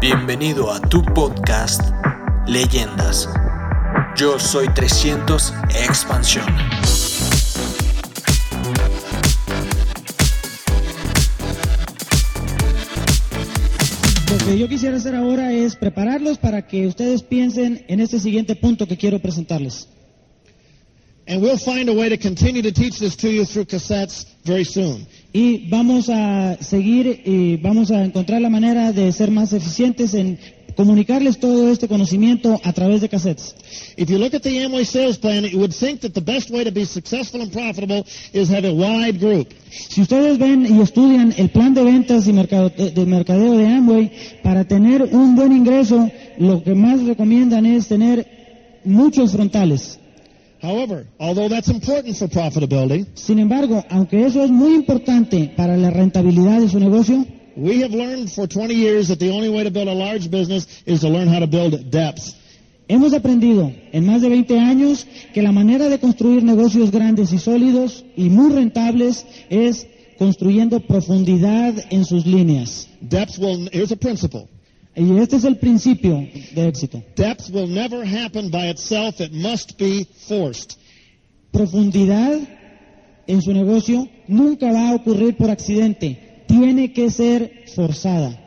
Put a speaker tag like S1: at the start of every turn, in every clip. S1: Bienvenido a tu podcast Leyendas. Yo soy 300 Expansión.
S2: Lo que yo quisiera hacer ahora es prepararlos para que ustedes piensen en este siguiente punto que quiero presentarles.
S3: And we'll find a way to continue to teach this to you through cassettes very soon.
S2: Y vamos a seguir y vamos a encontrar la manera de ser más eficientes en comunicarles todo este conocimiento a través de cassettes.
S3: If you look at the Amway sales plan, you would think that the best way to be successful and profitable is have a wide group.
S2: Si ustedes ven y estudian el plan de ventas y mercado, eh, de mercadeo de Amway, para tener un buen ingreso, lo que más recomiendan es tener muchos frontales.
S3: However, although that's important for profitability,
S2: Sin embargo, aunque eso es muy importante para la rentabilidad de su negocio,
S3: we have learned for 20 years that the only way to build a large business is to learn how to build depth.
S2: Hemos aprendido en más de 20 años que la manera de construir negocios grandes y sólidos y muy rentables es construyendo profundidad en sus líneas.
S3: Depth will, here's a principle.
S2: Y este es el principio de éxito.
S3: Depth will never happen by itself. It must be forced.
S2: Profundidad en su negocio nunca va a ocurrir por accidente, tiene que ser forzada.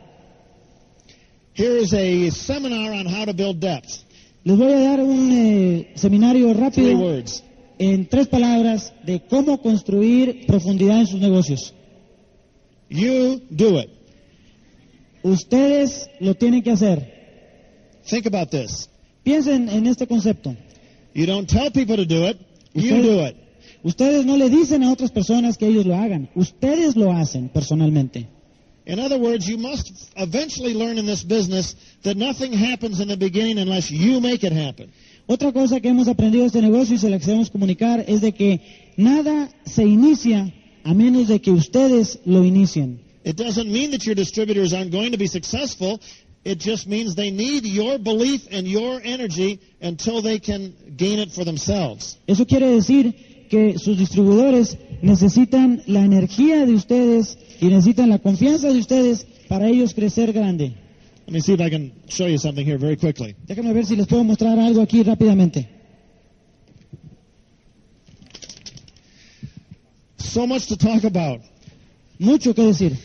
S3: Here is a seminar on how to build depth.
S2: Les voy a dar un eh, seminario
S3: Three
S2: rápido
S3: words.
S2: en tres palabras de cómo construir profundidad en sus negocios.
S3: You do it.
S2: Ustedes lo tienen que hacer.
S3: Think about this.
S2: Piensen en este concepto.
S3: You don't tell people to do it. You
S2: Ustedes-
S3: do it.
S2: Ustedes no le dicen a otras personas que ellos lo hagan. Ustedes lo hacen personalmente.
S3: In other words, you must eventually learn in this business that nothing happens in the beginning unless you make it happen.
S2: Otra cosa que hemos aprendido de este negocio y se la queremos comunicar es de que nada se inicia a menos de que ustedes lo inicien.
S3: It doesn't mean that your distributors aren't going to be successful. It just means they need your belief and your energy until they can gain it for themselves.
S2: Eso quiere decir que sus distribuidores necesitan la energía de ustedes y necesitan la confianza de ustedes para ellos crecer grande.
S3: Let me see if I can show you something here very quickly.
S2: Déjenme ver si les puedo mostrar algo aquí rápidamente.
S3: So much to talk about.
S2: Mucho que decir.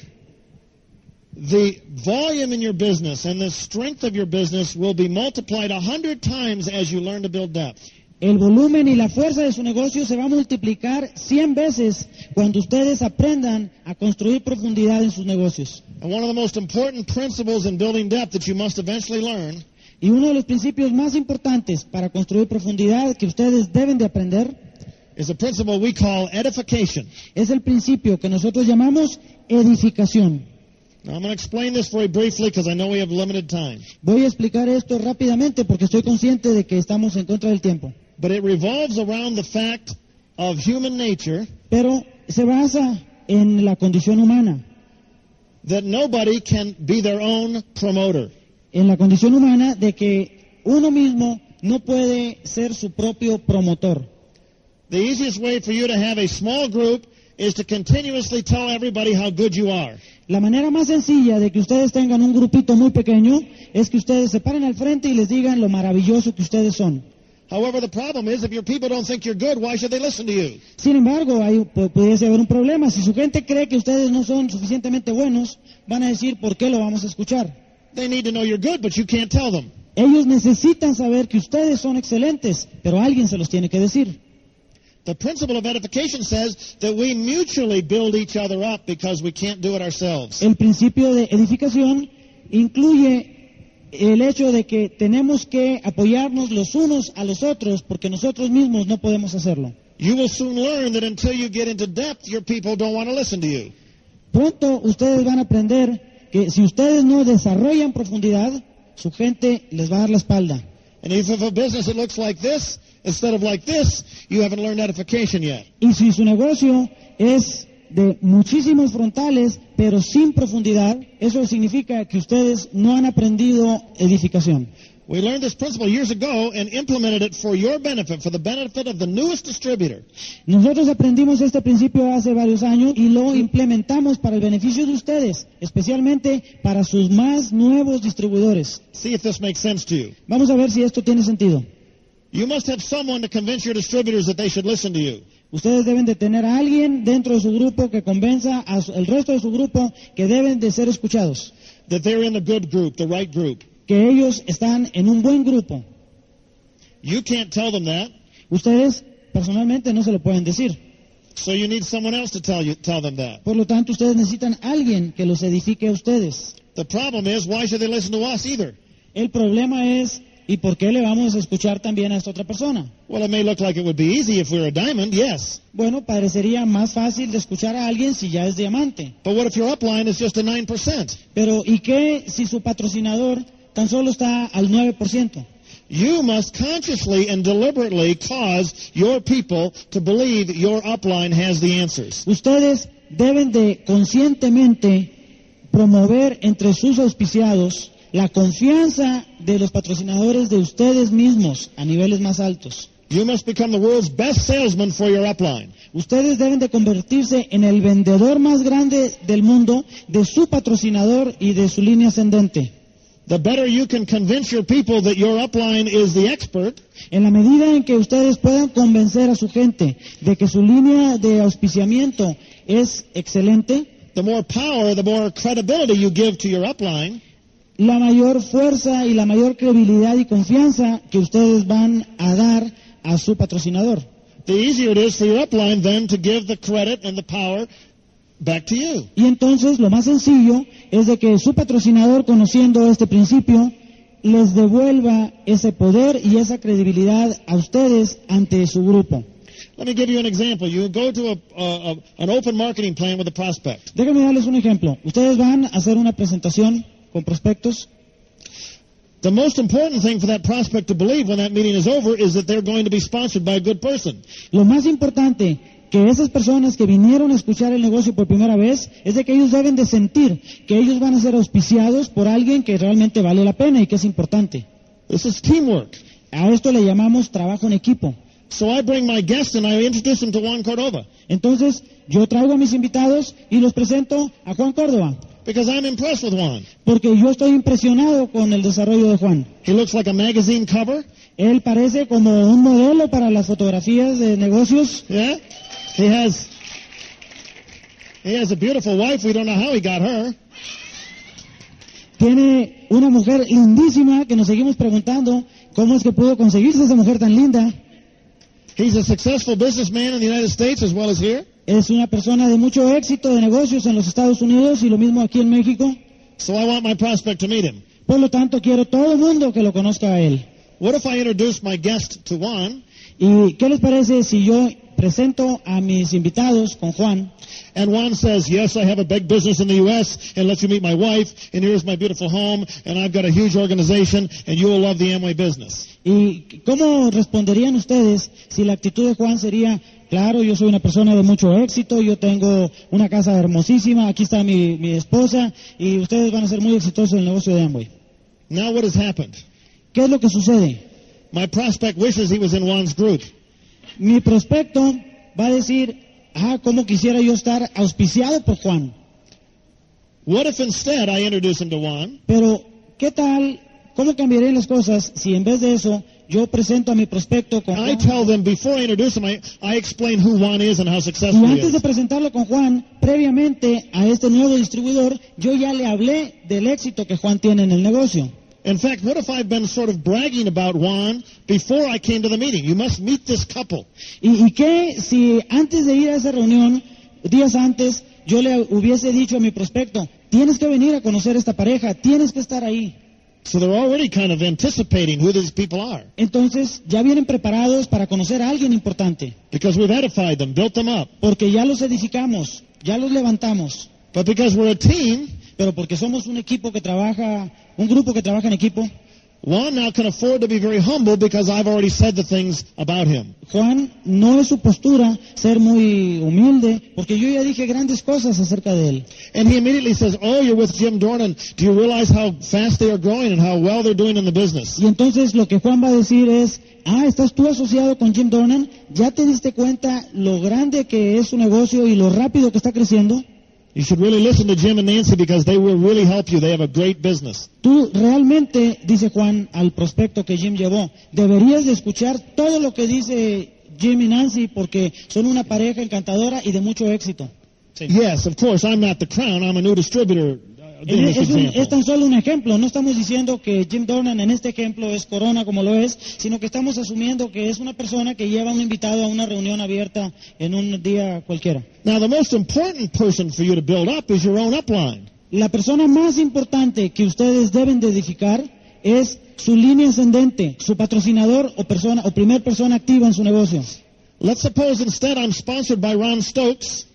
S3: The volume in your business and the strength of your business will be multiplied a hundred times as you learn to build depth.
S2: El volumen y la fuerza de su negocio se va a multiplicar 100 veces cuando ustedes aprendan a construir profundidad en sus negocios.
S3: And one of the most important principles in building depth that you must eventually learn
S2: Y uno de los principios más importantes para construir profundidad que ustedes deben de aprender
S3: is a principle we call edification.
S2: es el principio que nosotros llamamos edificación.
S3: Now I'm going to explain this very briefly because I know we have limited time.
S2: Voy a explicar esto rápidamente porque estoy consciente de que estamos en contra del tiempo.
S3: But it revolves around the fact of human nature
S2: Pero se basa en la condición humana.
S3: that nobody can be their own promoter.
S2: en la condición humana de que uno mismo no puede ser su propio promotor.
S3: The easiest way for you to have a small group is to continuously tell everybody how good you are.
S2: La manera más sencilla de que ustedes tengan un grupito muy pequeño es que ustedes se paren al frente y les digan lo maravilloso que ustedes son.
S3: However, the problem is if your people don't think you're good, why should they listen to you?
S2: Sin embargo, ahí pu- pudiese haber un problema. Si su gente cree que ustedes no son suficientemente buenos, van a decir, ¿por qué lo vamos a escuchar?
S3: They need to know you're good, but you can't tell them.
S2: Ellos necesitan saber que ustedes son excelentes, pero alguien se los tiene que decir.
S3: The principle of edification says that we mutually build each other up because we can't do it ourselves.
S2: El principio de edificación incluye el hecho de que tenemos que apoyarnos los unos a los otros porque nosotros mismos no podemos hacerlo.
S3: You will soon learn that until you get into depth, your people don't want to listen to you.
S2: Pronto ustedes van a aprender que si ustedes no desarrollan profundidad, su gente les va a dar la espalda.
S3: And if you have a business that looks like this instead of like this, you haven't learned edification yet.
S2: Y si su negocio es de muchísimos frontales, pero sin profundidad, eso significa que ustedes no han aprendido edificación.
S3: We learned this principle years ago and implemented it for your benefit, for the benefit of the newest distributor.
S2: Nosotros aprendimos este principio hace varios años y lo implementamos para el beneficio de ustedes, especialmente para sus más nuevos distribuidores.
S3: See if this makes sense to you.
S2: Vamos a ver si esto tiene sentido.
S3: You must have someone to convince your distributors that they should listen to you.
S2: Ustedes deben de tener a alguien dentro de su grupo que convenza al resto de su grupo que deben de ser escuchados,
S3: that they're in the good group, the right group.
S2: que ellos están en un buen grupo.
S3: You can't tell them that,
S2: Ustedes personalmente no se lo pueden decir.
S3: so you need someone else to tell you tell them that.
S2: Por lo tanto, ustedes necesitan alguien que los edifique a ustedes.
S3: The problem is why should they listen to us either?
S2: El problema es, ¿y por qué le vamos a escuchar también a esta otra persona?
S3: Well, it may look like it would be easy if we were a diamond, yes.
S2: Bueno, parecería más fácil de escuchar a alguien si ya es diamante.
S3: But what if your upline is just a 9%?
S2: Pero ¿y qué si su patrocinador tan solo está al 9%?
S3: You must consciously and deliberately cause your people to believe your upline has the answers.
S2: Ustedes deben de conscientemente promover entre sus auspiciados la confianza de los patrocinadores de ustedes mismos a niveles más altos.
S3: You must become the world's best salesman for your upline.
S2: Ustedes deben de convertirse en el vendedor más grande del mundo de su patrocinador y de su línea ascendente.
S3: The better you can convince your people that your upline is the expert,
S2: En la medida en que ustedes puedan convencer a su gente de que su línea de auspiciamiento es excelente,
S3: the more power, the more credibility you give to your upline,
S2: la mayor fuerza y la mayor credibilidad y confianza que ustedes van a dar a su patrocinador.
S3: the easier it is for your upline then to give the credit and the power back to you.
S2: Y entonces lo más sencillo es de que su patrocinador, conociendo este principio, les devuelva ese poder y esa credibilidad a ustedes ante su grupo.
S3: Let me give you an example. You go to a, a, a- an open marketing plan with a prospect.
S2: Déjenme darles un ejemplo. Ustedes van a hacer una presentación con prospectos
S3: The most important thing for that prospect to believe when that meeting is over is that they're going to be sponsored by a good person.
S2: Lo más importante que esas personas que vinieron a escuchar el negocio por primera vez es de que ellos deben de sentir que ellos van a ser auspiciados por alguien que realmente vale la pena y que es importante.
S3: This is teamwork.
S2: A esto le llamamos trabajo en equipo.
S3: So I bring my guest and I introduce him to Juan Cordova
S2: Entonces, yo traigo a mis invitados y los presento a Juan Córdoba,
S3: because I'm impressed with Juan.
S2: porque yo estoy impresionado con el desarrollo de Juan.
S3: He looks like a magazine cover.
S2: Él parece como un modelo para las fotografías de negocios.
S3: Yeah? He has he has a beautiful wife. We don't know how he got her.
S2: Tiene una mujer lindísima que nos seguimos preguntando cómo es que pudo conseguirse esa mujer tan linda.
S3: He's a successful businessman in the United States as well as here.
S2: Es una persona de mucho éxito de negocios en los Estados Unidos y lo mismo aquí en México.
S3: So I want my prospect to meet him.
S2: Por lo tanto, quiero todo el mundo que lo conozca a él.
S3: What if I introduce my guest to Juan
S2: ¿Y qué les parece si yo presento a mis invitados con Juan
S3: and Juan says, "Yes, I have a big business in the U.S. and let you meet my wife and here's my beautiful home and I've got a huge organization and you will love the Amway business."
S2: ¿Y cómo responderían ustedes si la actitud de Juan sería, claro, yo soy una persona de mucho éxito, yo tengo una casa hermosísima, aquí está mi, mi esposa y ustedes van a ser muy exitosos en el negocio de Amway?
S3: Now what has happened?
S2: ¿Qué es lo que sucede?
S3: My prospect wishes he was in Juan's group.
S2: Mi prospecto va a decir, ah, cómo quisiera yo estar auspiciado por Juan.
S3: What if instead I introduce him to Juan
S2: Pero, ¿qué tal? ¿Cómo cambiarían las cosas si en vez de eso yo presento a mi prospecto con
S3: And I
S2: Juan?
S3: tell them before I introduce him, I, I explain who Juan is and how
S2: Y
S3: successful he
S2: antes de
S3: is.
S2: presentarlo con Juan, previamente a este nuevo distribuidor, yo ya le hablé del éxito que Juan tiene en el negocio.
S3: In fact, what if I've been sort of bragging about Juan before I came to the meeting? You must meet this couple.
S2: ¿Y, y qué si antes de ir a esa reunión, días antes, yo le hubiese dicho a mi prospecto, tienes que venir a conocer esta pareja, tienes que estar ahí?
S3: So they're already kind of anticipating who these people are
S2: Entonces ya vienen preparados para conocer a alguien importante,
S3: because we've edified them, built them up.
S2: porque ya los edificamos, ya los levantamos.
S3: But because we're a team,
S2: Pero porque somos un equipo que trabaja, un grupo que trabaja en equipo,
S3: Juan now can afford to be very humble because I've already said the things about him.
S2: Juan no es su postura ser muy humilde, porque yo ya dije grandes cosas acerca de él.
S3: And he immediately says, Oh, you're with Jim Dornan. Do you realize how fast they are growing and how well they're doing in the business?
S2: Y entonces lo que Juan va a decir es, ah, estás tú asociado con Jim Dornan, ya te diste cuenta lo grande que es su negocio y lo rápido que está creciendo.
S3: You should really listen to Jim and Nancy because they will really help you. They have a great business.
S2: Tú realmente, dice Juan al prospecto que Jim llevó, deberías de escuchar todo lo que dice Jim y Nancy porque son una pareja encantadora y de mucho éxito.
S3: Yes, of course, I'm not the crown. I'm a new distributor. uh, giving
S2: Es,
S3: this
S2: es un- es
S3: example.
S2: tan solo un ejemplo, no estamos diciendo que Jim Dornan en este ejemplo es corona como lo es, sino que estamos asumiendo que es una persona que lleva a un invitado a una reunión abierta en un día cualquiera.
S3: Now, the most important person for you to build up is your own upline.
S2: La persona más importante que ustedes deben de edificar es su línea ascendente, su patrocinador o persona o primer persona activa en su negocio.
S3: Let's suppose instead I'm sponsored by Ron Stokes.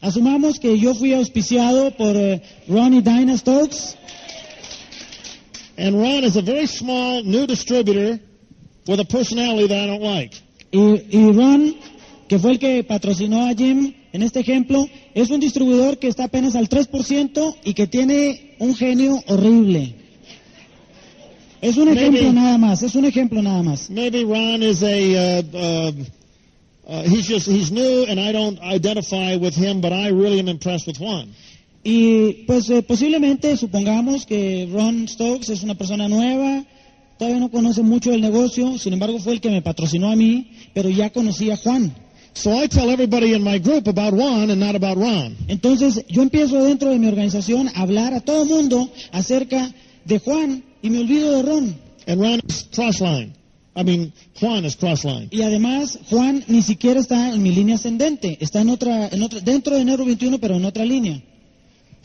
S2: Asumamos que yo fui auspiciado por eh, Ronnie Dyna Stokes
S3: And Ron is a very small new distributor with a personality that I don't like.
S2: y, y Ron, que fue el que patrocinó a Jim en este ejemplo, es un distribuidor que está apenas al 3% y que tiene un genio horrible. Es un
S3: Maybe-
S2: ejemplo nada más, es un ejemplo nada más.
S3: Maybe Ron is a uh, uh, uh, he's just he's new, and I don't identify with him, but I really am impressed with Juan.
S2: Y pues eh, posiblemente supongamos que Ron Stokes es una persona nueva, todavía no conoce mucho el negocio, sin embargo fue el que me patrocinó a mí, pero ya conocí a Juan.
S3: So I tell everybody in my group about Juan and not about Ron.
S2: Entonces yo empiezo dentro de mi organización a hablar a todo mundo acerca de Juan y me olvido de Ron.
S3: And Ron is crossline. I mean, Juan is crossline.
S2: Y además Juan ni siquiera está en mi línea ascendente, está en otra, en otra, dentro de Enero 21 pero en otra línea.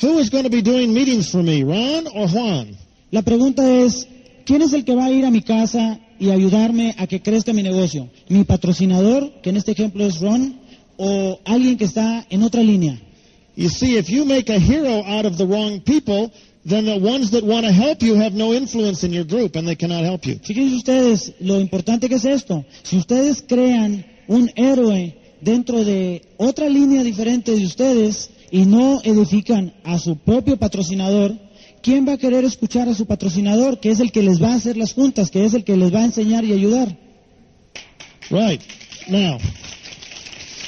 S3: Who is going to be doing meetings for me, Ron or Juan?
S2: La pregunta es, ¿quién es el que va a ir a mi casa y ayudarme a que crezca mi negocio? ¿Mi patrocinador, que en este ejemplo es Ron, o alguien que está en otra línea?
S3: You see, if you make a hero out of the wrong people, then the ones that want to help you have no influence in your group and they cannot help you.
S2: Fíjense ustedes lo importante que es esto. Si ustedes crean un héroe dentro de otra línea diferente de ustedes y no edifican a su propio patrocinador, ¿quién va a querer escuchar a su patrocinador, que es el que les va a hacer las juntas, que es el que les va a enseñar y ayudar?
S3: Right. Now.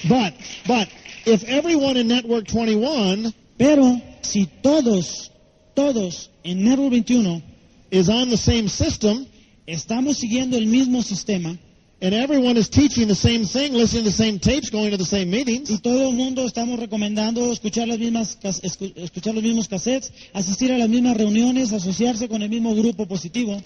S3: But, but, if everyone in Network 21
S2: Pero si todos, todos en Network 21
S3: is on the same system
S2: estamos siguiendo el mismo sistema
S3: and everyone is teaching the same thing, listening to the same tapes, going to the same
S2: y
S3: meetings,
S2: todo el mundo estamos recomendando escuchar las mismas cas- escu- escuchar los mismos cassettes, asistir a las mismas reuniones, asociarse con el mismo grupo positivo,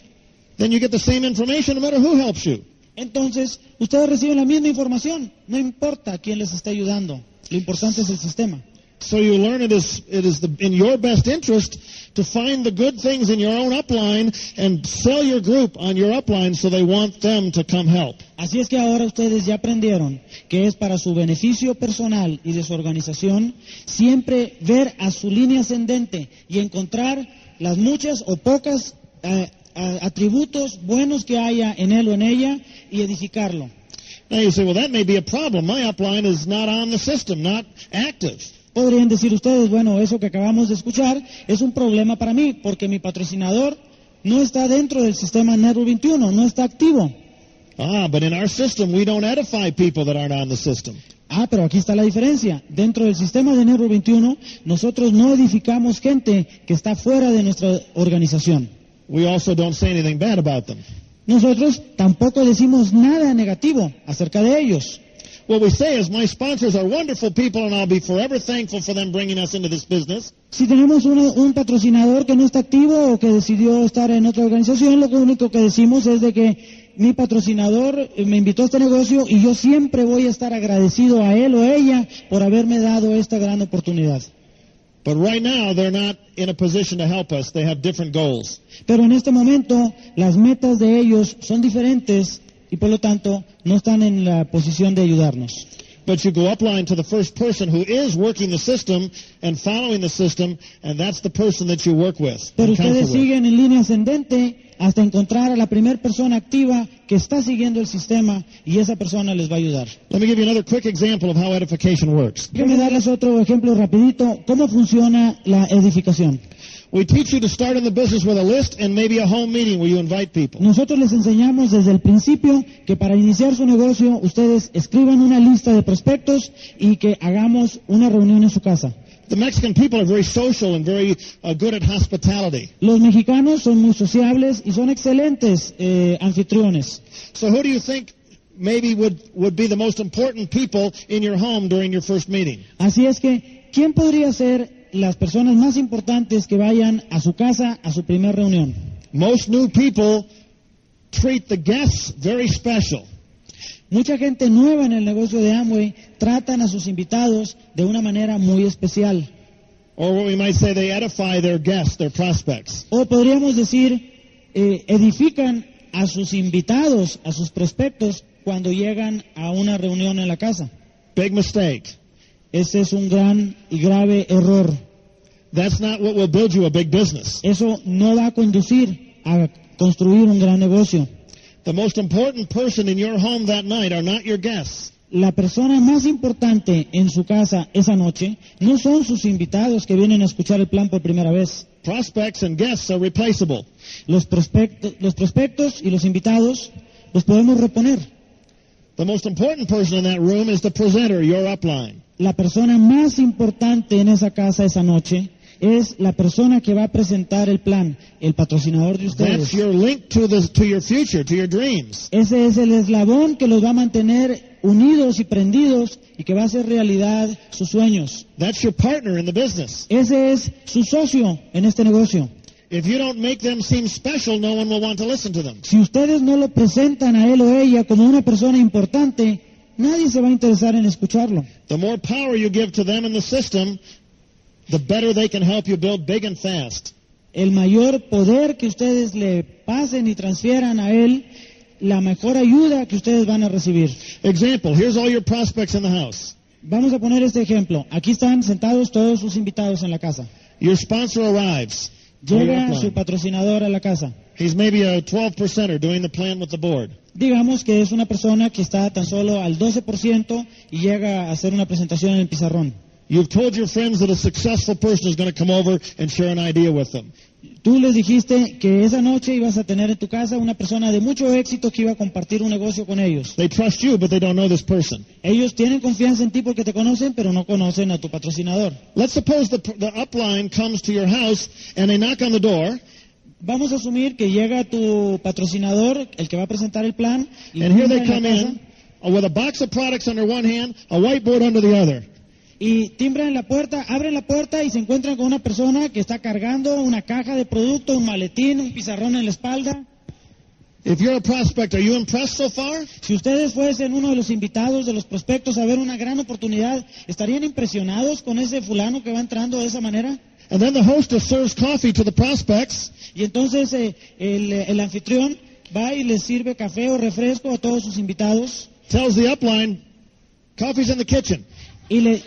S3: then you get the same information no matter who helps you.
S2: entonces ustedes reciben la misma información, no importa quién les está ayudando, lo importante es el sistema.
S3: So you learn it is it is the, in your best interest to find the good things in your own upline and sell your group on your upline so they want them to come help.
S2: Así es que ahora ustedes ya aprendieron que es para su beneficio personal y de su organización siempre ver a su línea ascendente y encontrar las muchas o pocas eh, a- atributos buenos que haya en él o en ella y edificarlo.
S3: Now you say, well, that may be a problem. My upline is not on the system, not active.
S2: Podrían decir ustedes, bueno, eso que acabamos de escuchar es un problema para mí porque mi patrocinador no está dentro del sistema Network 21, no está activo.
S3: Ah, but in our system, we don't edify people that aren't on the system.
S2: Ah, pero aquí está la diferencia. Dentro del sistema de Enero 21, nosotros no edificamos gente que está fuera de nuestra organización.
S3: We also don't say anything bad about them.
S2: Nosotros tampoco decimos nada negativo acerca de ellos.
S3: What we say is, my sponsors are wonderful people, and I'll be forever thankful for them bringing us into this business.
S2: Si tenemos uno- un patrocinador que no está activo o que decidió estar en otra organización, lo único que decimos es de que mi patrocinador eh, me invitó a este negocio y yo siempre voy a estar agradecido a él o ella por haberme dado esta gran oportunidad.
S3: But right now, they're not in a position to help us. They have different goals.
S2: Pero en este momento las metas de ellos son diferentes y por lo tanto no están en la posición de ayudarnos.
S3: but you go upline to the first person who is working the system and following the system, and that's the person that you work with.
S2: Pero
S3: and counsel
S2: ustedes
S3: with.
S2: siguen en línea ascendente hasta encontrar a la primera persona activa que está siguiendo el sistema y esa persona les va a ayudar.
S3: Let me give you another quick example of how edification works.
S2: Déjenme darles otro ejemplo rapidito, cómo funciona la edificación.
S3: We teach you to start in the business with a list and maybe a home meeting where you invite people.
S2: Nosotros les enseñamos desde el principio que para iniciar su negocio ustedes escriban una lista de prospectos y que hagamos una reunión en su casa.
S3: The Mexican people are very social and very uh, good at hospitality.
S2: Los mexicanos son muy sociables y son excelentes eh, anfitriones.
S3: So who do you think maybe would, would be the most important people in your home during your first meeting?
S2: Así es que, ¿quién podría ser las personas más importantes que vayan a su casa a su primera reunión?
S3: Most new people treat the guests very special.
S2: Mucha gente nueva en el negocio de Amway tratan a sus invitados de una manera muy especial.
S3: Or what we might say, they edify their guests, their prospects.
S2: O podríamos decir, eh, edifican a sus invitados, a sus prospectos, cuando llegan a una reunión en la casa.
S3: Big mistake.
S2: Ese es un gran y grave error.
S3: That's not what will build you a big business.
S2: Eso no va a conducir a construir un gran negocio.
S3: The most important person in your home that night are not your guests.
S2: La persona más importante en su casa esa noche no son sus invitados que vienen a escuchar el plan por primera vez.
S3: Prospects and guests are replaceable.
S2: Los, prospecto- los prospectos y los invitados los podemos reponer.
S3: The most important person in that room is the presenter, your upline.
S2: La persona más importante en esa casa esa noche es la persona que va a presentar el plan, el patrocinador de
S3: That's
S2: ustedes.
S3: your link to the to your future, to your dreams.
S2: Ese es el eslabón que los va a mantener unidos y prendidos y que va a hacer realidad sus sueños.
S3: That's your partner in the business.
S2: Ese es su socio en este negocio.
S3: If you don't make them seem special, no one will want to listen to them.
S2: Si ustedes no lo presentan a él o ella como una persona importante, nadie se va a interesar en escucharlo.
S3: The more power you give to them in the system, the better they can help you build big and fast.
S2: El mayor poder que ustedes le pasen y transfieran a él, la mejor ayuda que ustedes van a recibir.
S3: Example, here's all your prospects in the house.
S2: Vamos a poner este ejemplo. Aquí están sentados todos sus invitados en la casa.
S3: Your sponsor arrives.
S2: Llega su patrocinador a la casa.
S3: He's maybe a 12 percenter doing the plan with the board.
S2: Digamos que es una persona que está tan solo al 12% y llega a hacer una presentación en el pizarrón.
S3: You've told your friends that a successful person is going to come over and share an idea with them.
S2: Tú les dijiste que esa noche ibas a tener en tu casa una persona de mucho éxito que iba a compartir un negocio con ellos.
S3: They trust you, but they don't know this person.
S2: Ellos tienen confianza en ti porque te conocen, pero no conocen a tu patrocinador.
S3: Let's suppose the, the upline comes to your house and they knock on the door,
S2: Vamos a asumir que llega tu patrocinador, el que va a presentar el plan, y
S3: and here
S2: entra
S3: they
S2: en la
S3: come
S2: casa,
S3: in uh, with a box of products under one hand, a whiteboard under the other.
S2: y timbran la puerta, abren la puerta y se encuentran con una persona que está cargando una caja de producto, un maletín, un pizarrón en la espalda.
S3: If you're a prospect, are you impressed so far?
S2: Si ustedes fuesen uno de los invitados de los prospectos a ver una gran oportunidad, ¿estarían impresionados con ese fulano que va entrando de esa manera?
S3: And then the hostess serves coffee to the prospects,
S2: Y entonces eh, el, el anfitrión va y les sirve café o refresco a todos sus invitados
S3: tells the upline, coffee's in the kitchen.
S2: y le,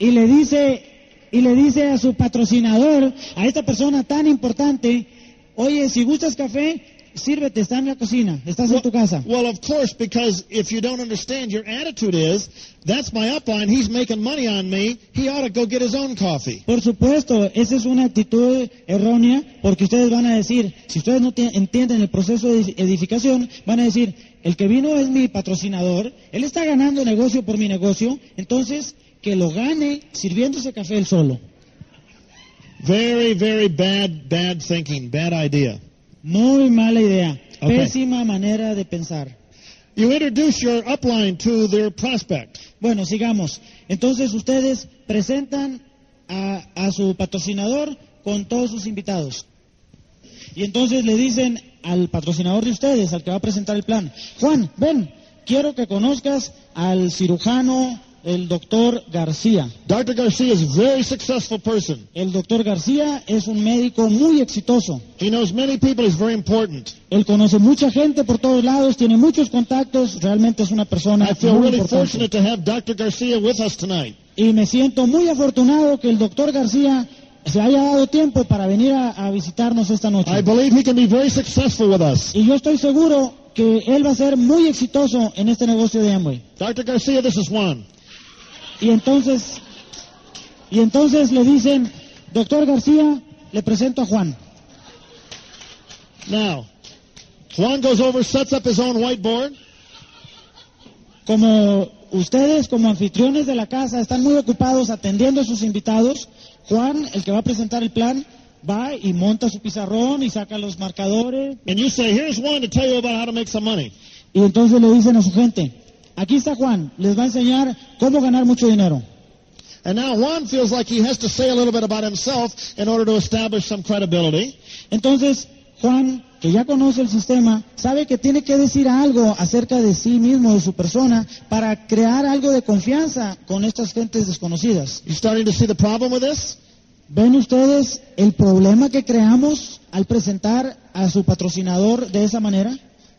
S2: y le dice y le dice a su patrocinador, a esta persona tan importante, oye, si gustas café, sírvete, está en la cocina, estás en tu casa.
S3: Well, of course, because if you don't understand, your attitude is, that's my upline, he's making money on me, he ought to go get his own coffee.
S2: Por supuesto, esa es una actitud errónea porque ustedes van a decir, si ustedes no tie- entienden el proceso de edifi- edificación, van a decir, el que vino es mi patrocinador, él está ganando negocio por mi negocio, entonces que lo gane sirviéndose café él solo.
S3: Very, very bad, bad thinking, bad idea.
S2: Muy mala idea,
S3: Ok.
S2: pésima manera de pensar.
S3: You introduce your upline to their prospect.
S2: Bueno, sigamos. Entonces ustedes presentan a, a su patrocinador con todos sus invitados. Y entonces le dicen al patrocinador de ustedes, al que va a presentar el plan, Juan, ven, quiero que conozcas al cirujano el doctor García.
S3: Dr. Garcia is a very successful person.
S2: El doctor García es un médico muy exitoso.
S3: He knows many people. He's very important.
S2: Él conoce mucha gente por todos lados, tiene muchos contactos, realmente es una persona
S3: I feel
S2: muy
S3: really
S2: importante.
S3: fortunate to have Dr. Garcia with us tonight.
S2: Y me siento muy afortunado que el doctor García se haya dado tiempo para venir a, a visitarnos esta noche.
S3: I believe he can be very successful with us.
S2: Y yo estoy seguro que él va a ser muy exitoso en este negocio de Amway.
S3: Dr. Garcia, this is Juan.
S2: Y entonces, y entonces le dicen, doctor García, le presento a Juan.
S3: Now, Juan goes over, sets up his own whiteboard.
S2: Como ustedes, como anfitriones de la casa, están muy ocupados atendiendo a sus invitados, Juan, el que va a presentar el plan, va y monta su pizarrón y saca los marcadores.
S3: And you say, here's Juan to tell you about how to make some money.
S2: Y entonces le dicen a su gente, aquí está Juan, les va a enseñar cómo ganar mucho dinero.
S3: And now Juan feels like he has to say a little bit about himself in order to establish some credibility.
S2: Entonces, Juan, que ya conoce el sistema, sabe que tiene que decir algo acerca de sí mismo, de su persona, para crear algo de confianza con estas gentes desconocidas.
S3: You starting to see the problem with this?
S2: ¿Ven ustedes el problema que creamos al presentar a su patrocinador de esa manera?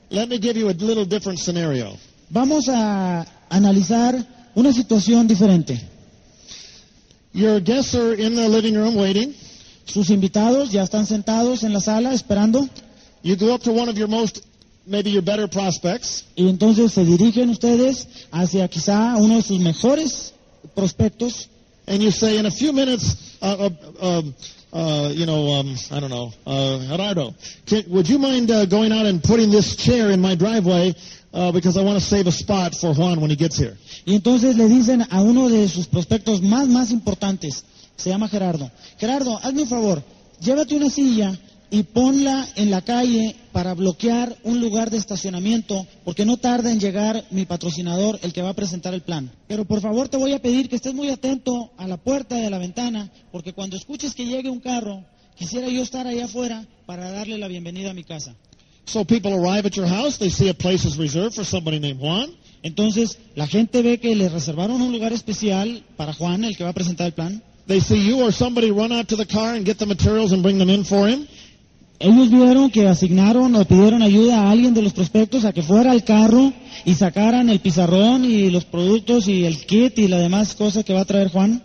S3: Let me give you a little different scenario.
S2: Vamos a analizar una situación diferente.
S3: Your guests are in the living room waiting.
S2: Sus invitados ya están sentados en la sala esperando
S3: You go up to one of your most, maybe your better prospects,
S2: y entonces se dirigen ustedes hacia quizá uno de sus mejores prospectos
S3: and you say, in a few minutes, uh, uh, um, uh, you know, um, I don't know, uh, Gerardo, can, would you mind uh, going out and putting this chair in my driveway uh, because I want to save a spot for Juan when he gets here?
S2: Y entonces le dicen a uno de sus prospectos más, más importantes, se llama Gerardo, Gerardo, hazme un favor, llévate una silla y ponla en la calle para bloquear un lugar de estacionamiento, porque no tarda en llegar mi patrocinador, el que va a presentar el plan. Pero por favor te voy a pedir que estés muy atento a la puerta y a la ventana, porque cuando escuches que llegue un carro, quisiera yo estar allá afuera para darle la bienvenida a mi casa.
S3: So people arrive at your house, they see a place is reserved for somebody named Juan.
S2: Entonces, la gente ve que le reservaron un lugar especial para Juan, el que va a presentar el plan.
S3: They see you or somebody run out to the car and get the materials and bring them in for him.
S2: Ellos vieron que asignaron o pidieron ayuda a alguien de los prospectos a que fuera al carro y sacaran el pizarrón y los productos y el kit y la demás cosa que va a traer Juan.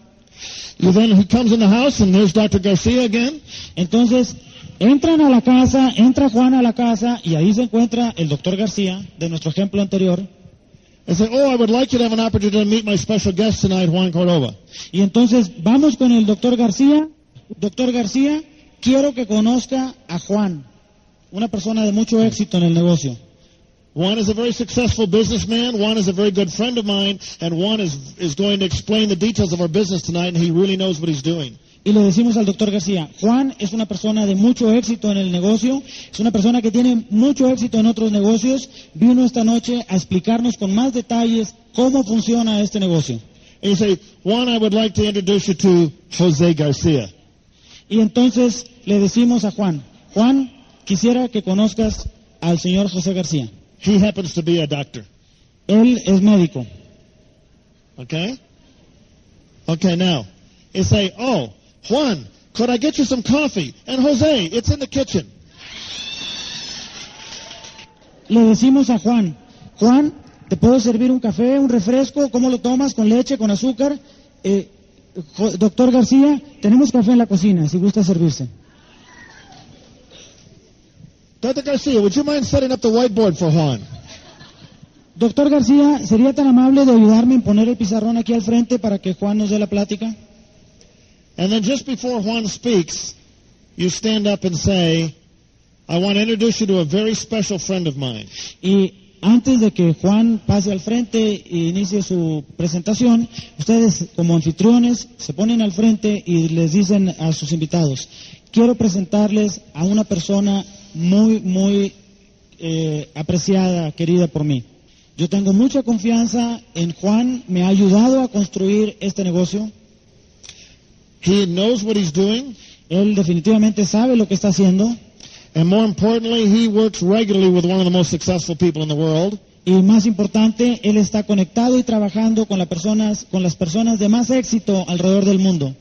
S3: You then he comes in the house and there's Dr. Garcia again.
S2: Entonces, entran a la casa, entra Juan a la casa y ahí se encuentra el doctor García, de nuestro ejemplo anterior.
S3: and say, oh, I would like you to have an opportunity to meet my special guest tonight, Juan Cordova.
S2: Y entonces, vamos con el doctor García. Doctor García, quiero que conozca a Juan, una persona de mucho éxito en el negocio.
S3: Juan is a very successful businessman. Juan is a very good friend of mine, and Juan is is going to explain the details of our business tonight, and he really knows what he's doing.
S2: Y le decimos al doctor García, Juan es una persona de mucho éxito en el negocio, es una persona que tiene mucho éxito en otros negocios, vino esta noche a explicarnos con más detalles cómo funciona este negocio.
S3: And you say, Juan, I would like to introduce you to Jose Garcia.
S2: Y entonces le decimos a Juan, Juan, quisiera que conozcas al señor José García.
S3: He happens to be a doctor.
S2: Él es médico.
S3: Okay? Okay, now, you say, oh, Juan, could I get you some coffee? And Jose, it's in the kitchen.
S2: Le decimos a Juan, Juan, ¿te puedo servir un café, un refresco? ¿Cómo lo tomas? ¿Con leche, con azúcar? Eh, jo- doctor García, tenemos café en la cocina, si gusta servirse.
S3: Dr. Garcia, would you mind setting up the whiteboard for Juan?
S2: Doctor García, ¿sería tan amable de ayudarme en poner el pizarrón aquí al frente para que Juan nos dé la plática?
S3: And then just before Juan speaks, you stand up and say, I want to introduce you to a very special friend of mine.
S2: Y antes de que Juan pase al frente e inicie su presentación, ustedes como anfitriones se ponen al frente y les dicen a sus invitados, quiero presentarles a una persona muy, muy eh, apreciada, querida por mí. Yo tengo mucha confianza en Juan, me ha ayudado a construir este negocio.
S3: He knows what he's doing,
S2: Él definitivamente sabe lo que está haciendo.
S3: And more importantly, he works regularly with one of the most successful people in the world.
S2: Y más importante, él está conectado y trabajando con, la personas, con las personas de más éxito alrededor del mundo.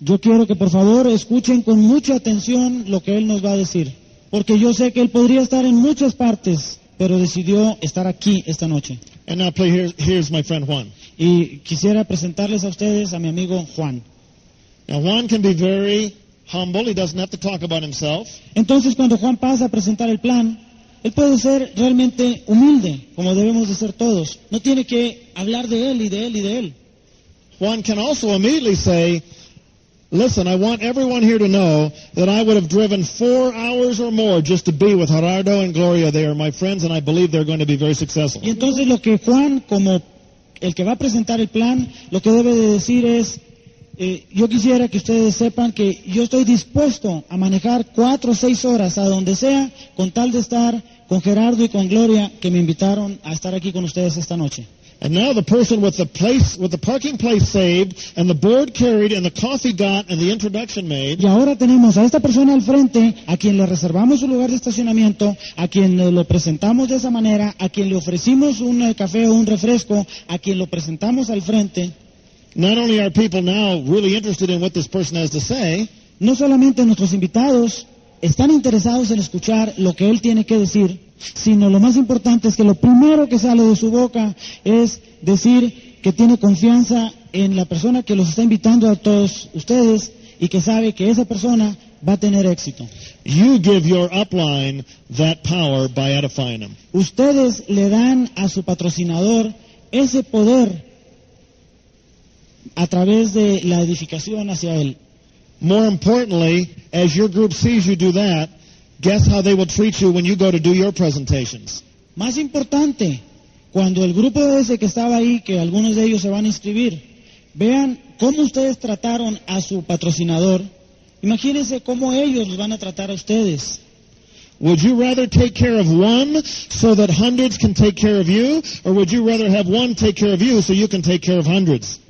S2: Yo quiero que por favor escuchen con mucha atención lo que él nos va a decir, porque yo sé que él podría estar en muchas partes, pero decidió estar aquí esta noche.
S3: And now play here, here's my friend Juan.
S2: Y quisiera presentarles a ustedes a mi amigo Juan.
S3: Now Juan can be very humble. He doesn't have to talk about himself.
S2: Entonces cuando Juan pasa a presentar el plan, él puede ser realmente humilde, como debemos de ser todos. No tiene que hablar de él y de él y de él.
S3: One can also immediately say, listen, I want everyone here to know that I would have driven four hours or more just to be with Gerardo and Gloria. They are my friends and I believe they're going to be very successful.
S2: Y entonces lo que Juan, como el que va a presentar el plan, lo que debe de decir es, eh, yo quisiera que ustedes sepan que yo estoy dispuesto a manejar cuatro o seis horas a donde sea, con tal de estar con Gerardo y con Gloria, que me invitaron a estar aquí con ustedes esta noche.
S3: And now the person with the place, with the parking place saved and the board carried and the coffee got and the introduction made
S2: Y ahora tenemos a esta persona al frente, a quien le reservamos su lugar de estacionamiento, a quien eh, lo presentamos de esa manera, a quien le ofrecimos un eh, café o un refresco, a quien lo presentamos al frente.
S3: Not only are people now really interested in what this person has to say,
S2: No solamente nuestros invitados están interesados en escuchar lo que él tiene que decir, sino lo más importante es que lo primero que sale de su boca es decir que tiene confianza en la persona que los está invitando a todos ustedes y que sabe que esa persona va a tener éxito.
S3: you give your upline that power by edifying them.
S2: Ustedes le dan a su patrocinador ese poder a través de la edificación hacia él.
S3: More importantly, as your group sees you do that, guess how they will treat you when you go to do your presentations.
S2: Más importante, cuando el grupo de ese que estaba ahí, que algunos de ellos se van a inscribir, vean cómo ustedes trataron a su patrocinador, imagínense cómo ellos los van a tratar a ustedes.
S3: Would you rather take care of one so that hundreds can take care of you, or would you rather have one take care of you so you can take care of hundreds?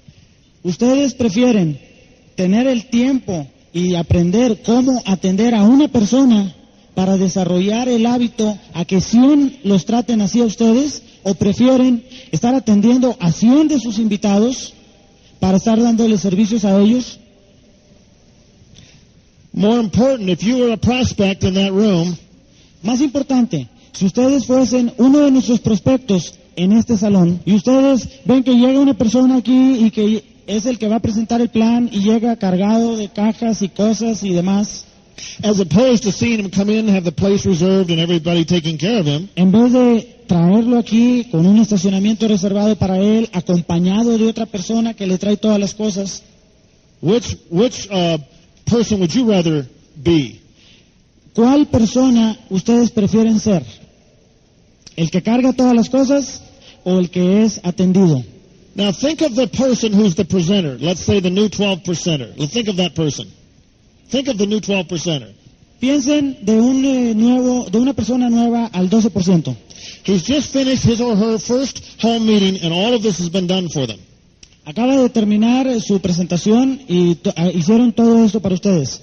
S2: Ustedes prefieren tener el tiempo y aprender cómo atender a una persona para desarrollar el hábito a que 100 los traten así a ustedes o prefieren estar atendiendo a 100 de sus invitados para estar dándoles servicios a ellos.
S3: More important, if you were a prospect in that room,
S2: Más importante, si ustedes fuesen uno de nuestros prospectos en este salón y ustedes ven que llega una persona aquí y que es el que va a presentar el plan y llega cargado de cajas y cosas y demás,
S3: as opposed to seeing him come in, have the place reserved and everybody taking care of him,
S2: en vez de traerlo aquí con un estacionamiento reservado para él, acompañado de otra persona que le trae todas las cosas,
S3: which, which uh, person would you rather be?
S2: ¿cuál persona ustedes prefieren ser? ¿El que carga todas las cosas o el que es atendido?
S3: Now think of the person who's the presenter. Let's say the new 12 percenter. Let's think of that person. Think of the new 12 percenter.
S2: Piensen de un eh, nuevo, de una persona nueva al 12%.
S3: He's just finished his or her first home meeting and all of this has been done for them.
S2: Acaba de terminar eh, su presentación y to- ah, hicieron todo esto para ustedes.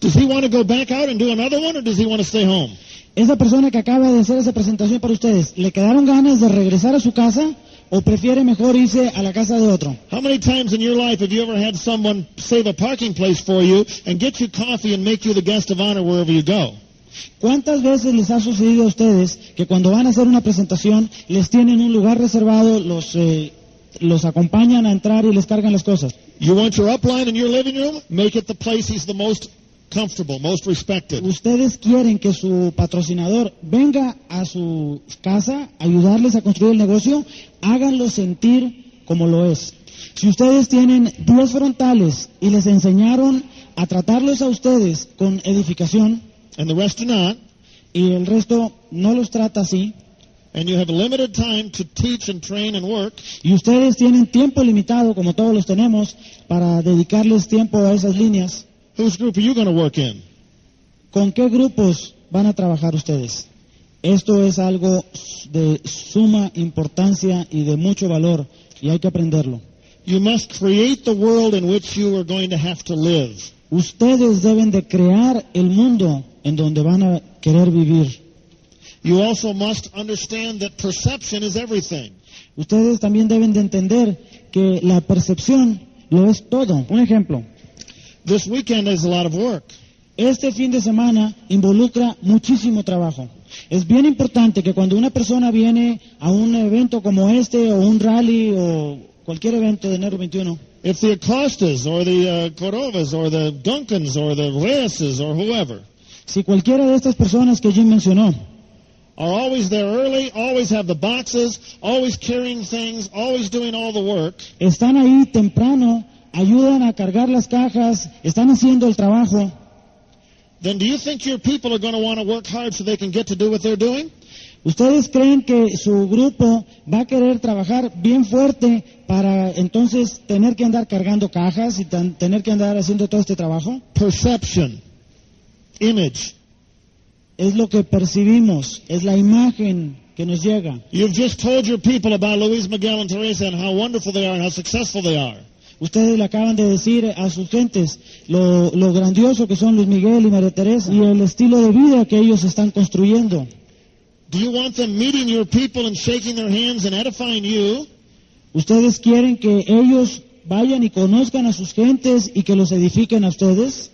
S3: Does he want to go back out and do another one or does he want to stay home?
S2: Esa persona que acaba de hacer esa presentación para ustedes, ¿le quedaron ganas de regresar a su casa o prefiere mejor irse a la casa de otro?
S3: How many times in your life have you ever had someone save a parking place for you and get you coffee and make you the guest of honor wherever you go?
S2: ¿Cuántas veces les ha sucedido a ustedes que cuando van a hacer una presentación les tienen un lugar reservado, los, eh, los acompañan a entrar y les cargan las cosas?
S3: You want your upline in your living room? Make it the place he's the most comfortable, most respected.
S2: Ustedes quieren que su patrocinador venga a su casa, ayudarles a construir el negocio, háganlo sentir como lo es. Si ustedes tienen 10 frontales y les enseñaron a tratarlos a ustedes con edificación
S3: And the rest are not.
S2: y el resto no los trata así,
S3: and you have limited time to teach and train and work,
S2: y ustedes tienen tiempo limitado, como todos los tenemos, para dedicarles tiempo a esas líneas,
S3: whose group are you going to work in?
S2: ¿con qué grupos van a trabajar ustedes? Esto es algo de suma importancia y de mucho valor y hay que aprenderlo.
S3: You must create the world in which you are going to have to live.
S2: Ustedes deben de crear el mundo en donde van a querer vivir.
S3: You also must understand that perception is everything.
S2: Ustedes también deben de entender que la percepción lo es todo. Un ejemplo,
S3: This weekend is a lot of work.
S2: este fin de semana involucra muchísimo trabajo. Es bien importante que cuando una persona viene a un evento como este o un rally o cualquier evento de enero 21,
S3: If the Acostas or the uh, Cordovas or the Duncans or the Reyes's or whoever
S2: si cualquiera de estas personas que Jim mencionó
S3: are always there early, always have the boxes, always carrying things, always doing all the work,
S2: están ahí temprano, ayudan a cargar las cajas, están haciendo el trabajo,
S3: then do you think your people are going to want to work hard so they can get to do what they're doing?
S2: ¿Ustedes creen que su grupo va a querer trabajar bien fuerte para entonces tener que andar cargando cajas y tan- tener que andar haciendo todo este trabajo?
S3: Perception, image.
S2: Es lo que percibimos, es la imagen que nos llega.
S3: You've just told your people about Luis Miguel and Teresa and how wonderful they are and how successful they are.
S2: Ustedes le acaban de decir a sus gentes lo, lo grandioso que son Luis Miguel y María Teresa y el estilo de vida que ellos están construyendo.
S3: Do you want them meeting your people and shaking their hands and edifying you?
S2: ¿Ustedes quieren que ellos vayan y conozcan a sus gentes y que los edifiquen a ustedes?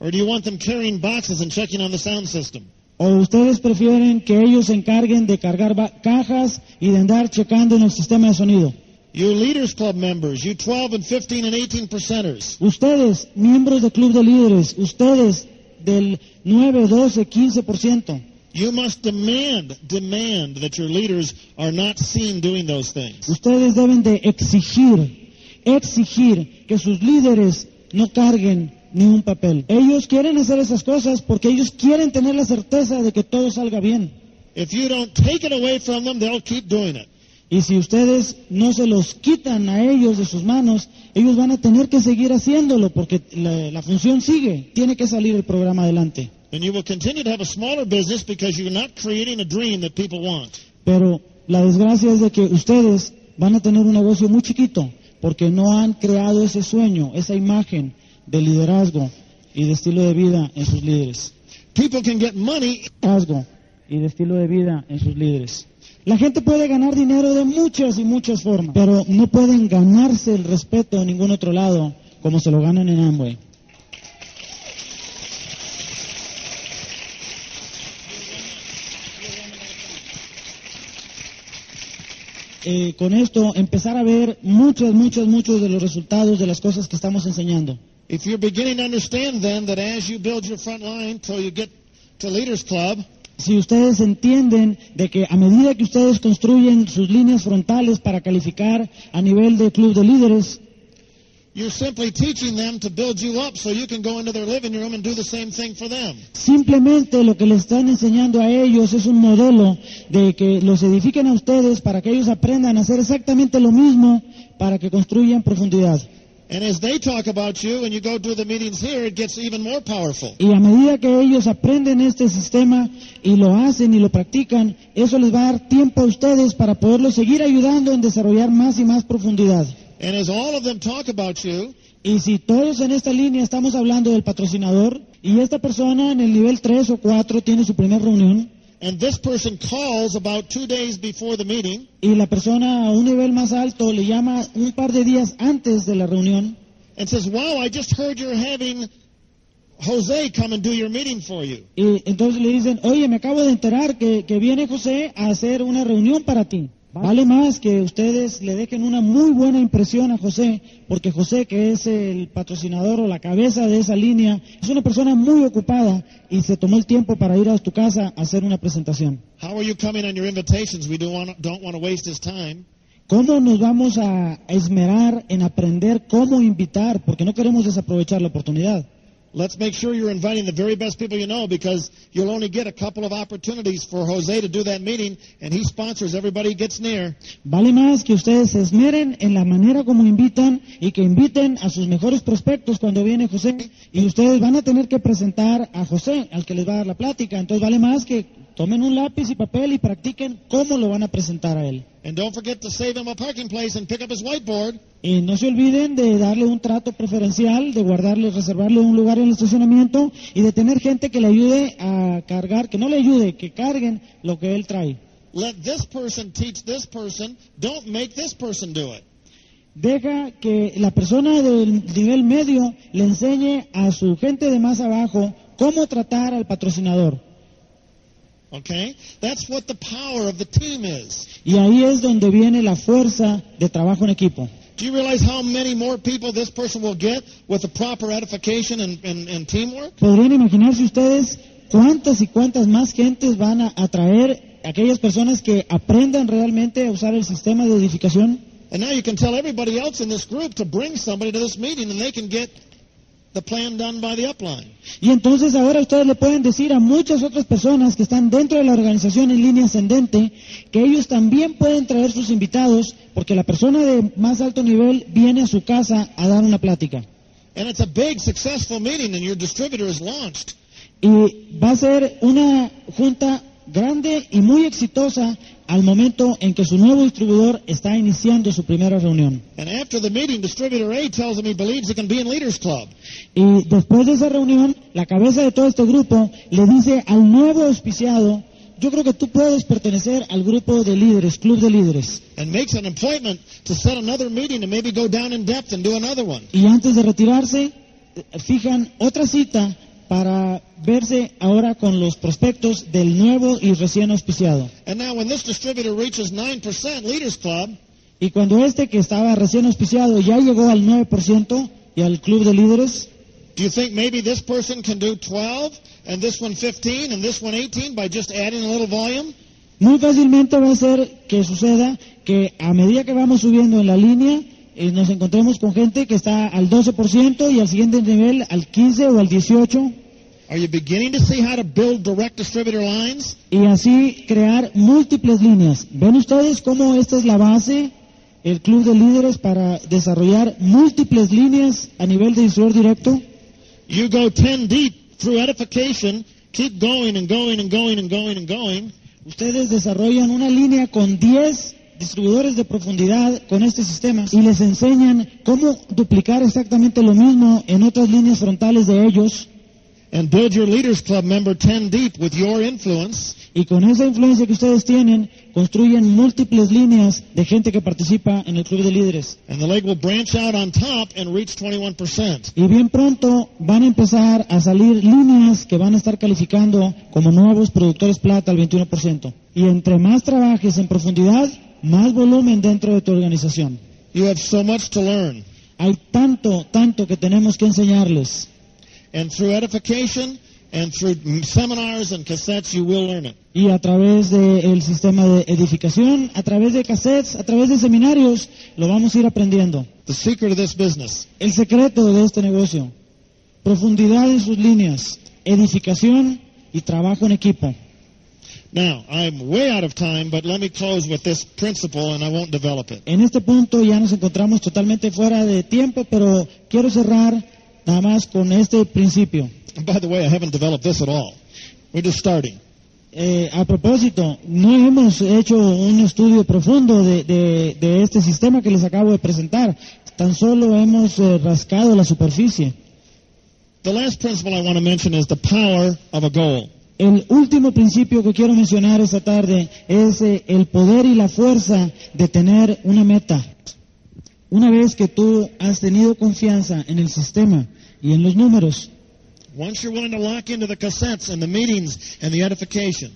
S3: Or do you want them carrying boxes and checking on the sound system?
S2: ¿O ustedes prefieren que ellos se encarguen de cargar ba- cajas y de andar checando en el sistema de sonido?
S3: You Leaders Club members, you 12 and 15 and 18 percenters,
S2: Ustedes, miembros del Club de Líderes, ustedes del 9, 12, 15%,
S3: you must demand, demand that your leaders are not seen doing those things.
S2: ustedes deben de exigir, exigir que sus líderes no carguen ni un papel. Ellos quieren hacer esas cosas porque ellos quieren tener la certeza de que todo salga bien.
S3: If you don't take it away from them, they'll keep doing it.
S2: Y si ustedes no se los quitan a ellos de sus manos, ellos van a tener que seguir haciéndolo porque la, la función sigue. Tiene que salir el programa adelante.
S3: And you will continue to have a smaller business because you're not creating a dream that people want.
S2: Pero la desgracia es de que ustedes van a tener un negocio muy chiquito porque no han creado ese sueño, esa imagen de liderazgo y de estilo de vida en sus líderes.
S3: People can get money.
S2: Liderazgo y de estilo de vida en sus líderes. La gente puede ganar dinero de muchas y muchas formas, pero no pueden ganarse el respeto en ningún otro lado como se lo ganan en Amway. Eh, con esto empezar a ver muchos, muchos, muchos de los resultados de las cosas que estamos enseñando.
S3: If you're beginning to understand then that as you build your front line till you get to Leaders Club,
S2: Si ustedes entienden de que a medida que ustedes construyen sus líneas frontales para calificar a nivel de club de líderes,
S3: You're simply teaching them to build you up so you can go into their living room and do the same thing for them.
S2: simplemente lo que les están enseñando a ellos es un modelo de que los edifiquen a ustedes para que ellos aprendan a hacer exactamente lo mismo para que construyan profundidad.
S3: And as they talk about you and you go do the meetings here, it gets even more powerful.
S2: Y a medida que ellos aprenden este sistema y lo hacen y lo practican, eso les va a dar tiempo a ustedes para poderlos seguir ayudando en desarrollar más y más profundidad.
S3: And as all of them talk about you,
S2: Y si todos en esta línea estamos hablando del patrocinador y esta persona en el nivel 3 o 4 tiene su primera reunión
S3: and this person calls about two days before the meeting,
S2: y la persona a un nivel más alto le llama un par de días antes de la reunión
S3: and says, Wow, I just heard you're having Jose come and do your meeting for you.
S2: y entonces le dicen, oye, me acabo de enterar que, que viene José a hacer una reunión para ti. Vale más que ustedes le dejen una muy buena impresión a José, porque José, que es el patrocinador o la cabeza de esa línea, es una persona muy ocupada y se tomó el tiempo para ir a tu casa a hacer una presentación.
S3: How are you coming on your invitations? We don't want, don't want to waste his time.
S2: ¿Cómo nos vamos a esmerar en aprender cómo invitar? Porque no queremos desaprovechar la oportunidad.
S3: Let's make sure you're inviting the very best people you know because you'll only get a couple of opportunities for Jose to do that meeting, and he sponsors everybody he gets near.
S2: Vale más que ustedes se esmeren en la manera como invitan y que inviten a sus mejores prospectos cuando viene José. Y ustedes van a tener que presentar a José, al que les va a dar la plática. Entonces vale más que Tomen un lápiz y papel y practiquen cómo lo van a presentar a él.
S3: And don't forget to save him a parking place and pick up his whiteboard
S2: Y Eh, no se olviden de darle un trato preferencial, de guardarle, reservarle un lugar en el estacionamiento y de tener gente que le ayude a cargar, que no le ayude, que carguen lo que él trae.
S3: Let this person teach this person. Don't make this person do it.
S2: Deja que la persona del nivel medio le enseñe a su gente de más abajo cómo tratar al patrocinador.
S3: Okay? That's what the power of the team is.
S2: Y ahí es donde viene la fuerza de trabajo en equipo.
S3: Do you realize how many more people this person will get with the proper edification and, and, and teamwork?
S2: ¿Podrían imaginarse ustedes cuántas y cuántas más gentes van a atraer aquellas personas que aprendan realmente a usar el sistema de edificación?
S3: And now you can tell everybody else in this group to bring somebody to this meeting and they can get the plan done by the upline.
S2: Y entonces ahora ustedes le pueden decir a muchas otras personas que están dentro de la organización en línea ascendente que ellos también pueden traer sus invitados porque la persona de más alto nivel viene a su casa a dar una plática.
S3: And it's a big successful meeting and your distributor is launched.
S2: Y va a ser una junta grande y muy exitosa al momento en que su nuevo distribuidor está iniciando su primera reunión.
S3: And after the meeting, distributor A tells him he believes he can be in leaders club.
S2: Y después de esa reunión, la cabeza de todo este grupo le dice al nuevo auspiciado, yo creo que tú puedes pertenecer al grupo de líderes, club de líderes.
S3: and makes an appointment to set another meeting and maybe go down in depth and do another one.
S2: Y antes de retirarse, eh, fijan otra cita para verse ahora con los prospectos del nuevo y recién auspiciado.
S3: And now when this distributor reaches 9% Leaders Club,
S2: Y cuando este que estaba recién auspiciado ya llegó al 9% y al club de líderes,
S3: do you think maybe this person can do 12 and this one 15 and this one 18 by just adding a little volume?
S2: Muy fácilmente va a ser que suceda que a medida que vamos subiendo en la línea, eh, nos encontremos con gente que está al 12% y al siguiente nivel al 15 o al 18
S3: Are you beginning to see how to build direct distributor lines?
S2: y así crear múltiples líneas. ¿Ven ustedes cómo esta es la base, el club de líderes, para desarrollar múltiples líneas a nivel de distribuidor directo?
S3: You go 10 deep through edification, keep going and going and going and going and going.
S2: Ustedes desarrollan una línea con 10 distribuidores de profundidad con este sistema y les enseñan cómo duplicar exactamente lo mismo en otras líneas frontales de ellos
S3: And build your Leaders Club member 10 deep with your influence
S2: y con esa influencia que ustedes tienen construyen múltiples líneas de gente que participa en el club de líderes
S3: and the leg will branch out on top and reach 21%.
S2: y bien pronto van a empezar a salir líneas que van a estar calificando como nuevos productores plata al 21% y entre más trabajes en profundidad más volumen dentro de tu organización
S3: You have so much to learn.
S2: Hay tanto, tanto que tenemos que enseñarles.
S3: And through edification and through m- seminars and cassettes, you will learn it.
S2: Y a través del sistema de edificación, a través de cassettes, a través de seminarios, lo vamos a ir aprendiendo.
S3: The secret of this business.
S2: El secreto de este negocio, profundidad en sus líneas, edificación y trabajo en equipo.
S3: Now, I'm way out of time, but let me close with this principle and I won't develop it.
S2: En este punto ya nos encontramos totalmente fuera de tiempo, pero quiero cerrar nada más con este principio.
S3: And by the way, I haven't developed this at all. We're just starting.
S2: Eh, a propósito, no hemos hecho un estudio profundo de, de- de este sistema que les acabo de presentar. Tan solo hemos eh, rascado la superficie.
S3: The last principle I want to mention is the power of a goal.
S2: El último principio que quiero mencionar esta tarde es eh, el poder y la fuerza de tener una meta. Una vez que tú has tenido confianza en el sistema y en los números,
S3: Once you're willing to lock into the cassettes and the meetings and the edification,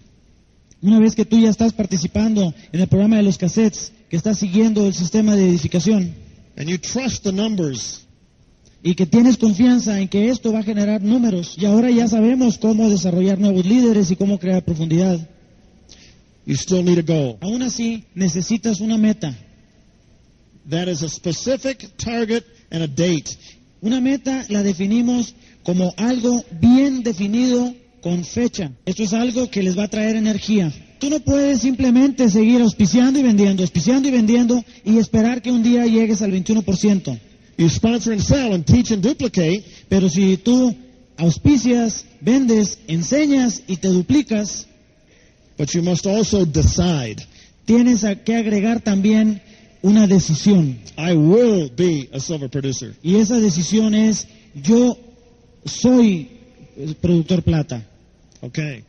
S2: una vez que tú ya estás participando en el programa de los cassettes, que estás siguiendo el sistema de edificación,
S3: and you trust the numbers,
S2: y que tienes confianza en que esto va a generar números y ahora ya sabemos cómo desarrollar nuevos líderes y cómo crear profundidad.
S3: you still need a goal.
S2: Aún así, necesitas una meta.
S3: That is a specific target and a date.
S2: Una meta la definimos como algo bien definido con fecha. Esto es algo que les va a traer energía. Tú no puedes simplemente seguir auspiciando y vendiendo, auspiciando y vendiendo y esperar que un día llegues al 21%.
S3: You sponsor and sell and teach and duplicate,
S2: Pero si tú auspicias, vendes, enseñas y te duplicas,
S3: But you must also decide,
S2: Tienes a- que agregar también una decisión.
S3: I will be a silver producer.
S2: Y esa decisión es, yo soy eh, productor plata.
S3: Okay.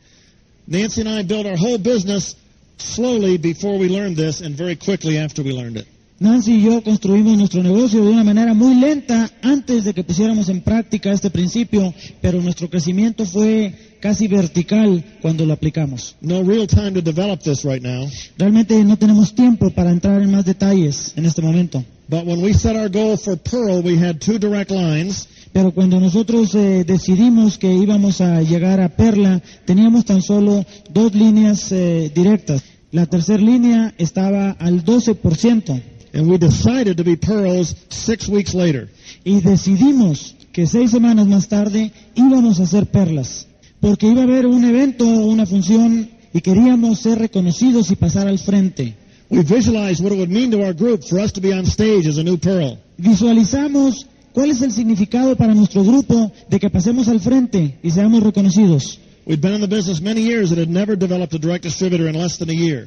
S3: Nancy and I built our whole business slowly before we learned this and very quickly after we learned it.
S2: Nancy y yo construimos nuestro negocio de una manera muy lenta antes de que pusiéramos en práctica este principio, pero nuestro crecimiento fue casi vertical cuando lo aplicamos.
S3: No real time to develop this right now,
S2: Realmente no tenemos tiempo para entrar en más detalles en este momento,
S3: but when we set our goal for Pearl, we had two direct lines,
S2: pero cuando nosotros eh, decidimos que íbamos a llegar a Perla, teníamos tan solo dos líneas eh, directas. La tercera línea estaba al 12%
S3: and we decided to be Pearls six weeks later.
S2: y decidimos que seis semanas más tarde íbamos a hacer Perlas, porque iba a haber un evento, una función y queríamos ser reconocidos y pasar al frente.
S3: We visualized what it would mean to our group for us to be on stage as a new Pearl.
S2: Visualizamos cuál es el significado para nuestro grupo de que pasemos al frente y seamos reconocidos.
S3: We'd been in the business many years and had never developed a direct distributor in less than a year.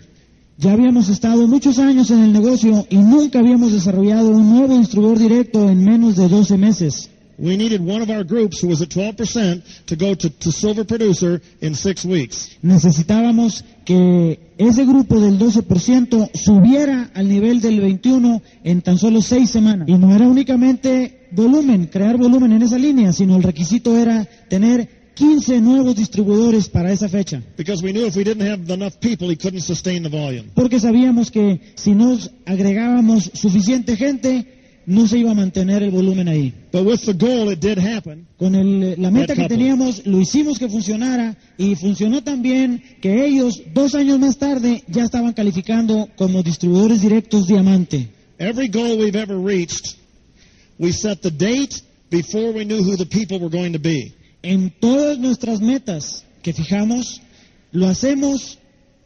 S2: Ya habíamos estado muchos años en el negocio y nunca habíamos desarrollado un nuevo instructor directo en menos de 12 meses.
S3: We needed one of our groups who was at 12% to go to, to silver producer in six weeks.
S2: Necesitábamos que ese grupo del 12% subiera al nivel del 21 en tan solo seis semanas. Y no era únicamente volumen, crear volumen en esa línea, sino el requisito era tener 15 nuevos distribuidores para esa fecha.
S3: Because we knew if we didn't have enough people, he couldn't sustain the volume.
S2: Porque sabíamos que si nos agregábamos suficiente gente, no se iba a mantener el volumen ahí.
S3: But with the goal, it did happen.
S2: Con el- eh, la meta que teníamos, lo hicimos que funcionara y funcionó tan bien que ellos, dos años más tarde, ya estaban calificando como distribuidores directos diamante.
S3: Every goal we've ever reached, we set the date before we knew who the people were going to be.
S2: En todas nuestras metas que fijamos, lo hacemos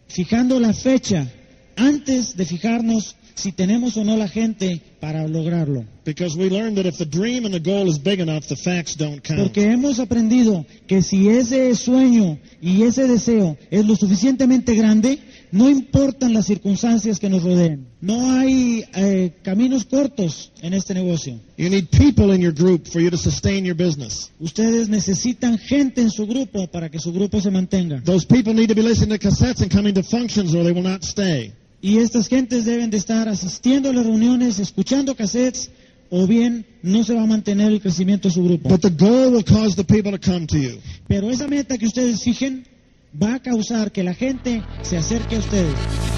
S2: fijando la fecha antes de fijarnos si tenemos o no la gente para lograrlo.
S3: Because we learned that if the dream and the goal is big enough, the facts don't count.
S2: Porque hemos aprendido que si ese sueño y ese deseo es lo suficientemente grande, no importan las circunstancias que nos rodeen. No hay eh, caminos cortos en este negocio.
S3: You need people in your group for you to sustain your business.
S2: Ustedes necesitan gente en su grupo para que su grupo se mantenga.
S3: Those people need to be listening to cassettes and coming to functions or they will not stay.
S2: Y estas gentes deben de estar asistiendo a las reuniones, escuchando cassettes, o bien no se va a mantener el crecimiento de su grupo.
S3: But the goal will cause the people to come to you.
S2: Pero esa meta que ustedes fijen va a causar que la gente se acerque a ustedes.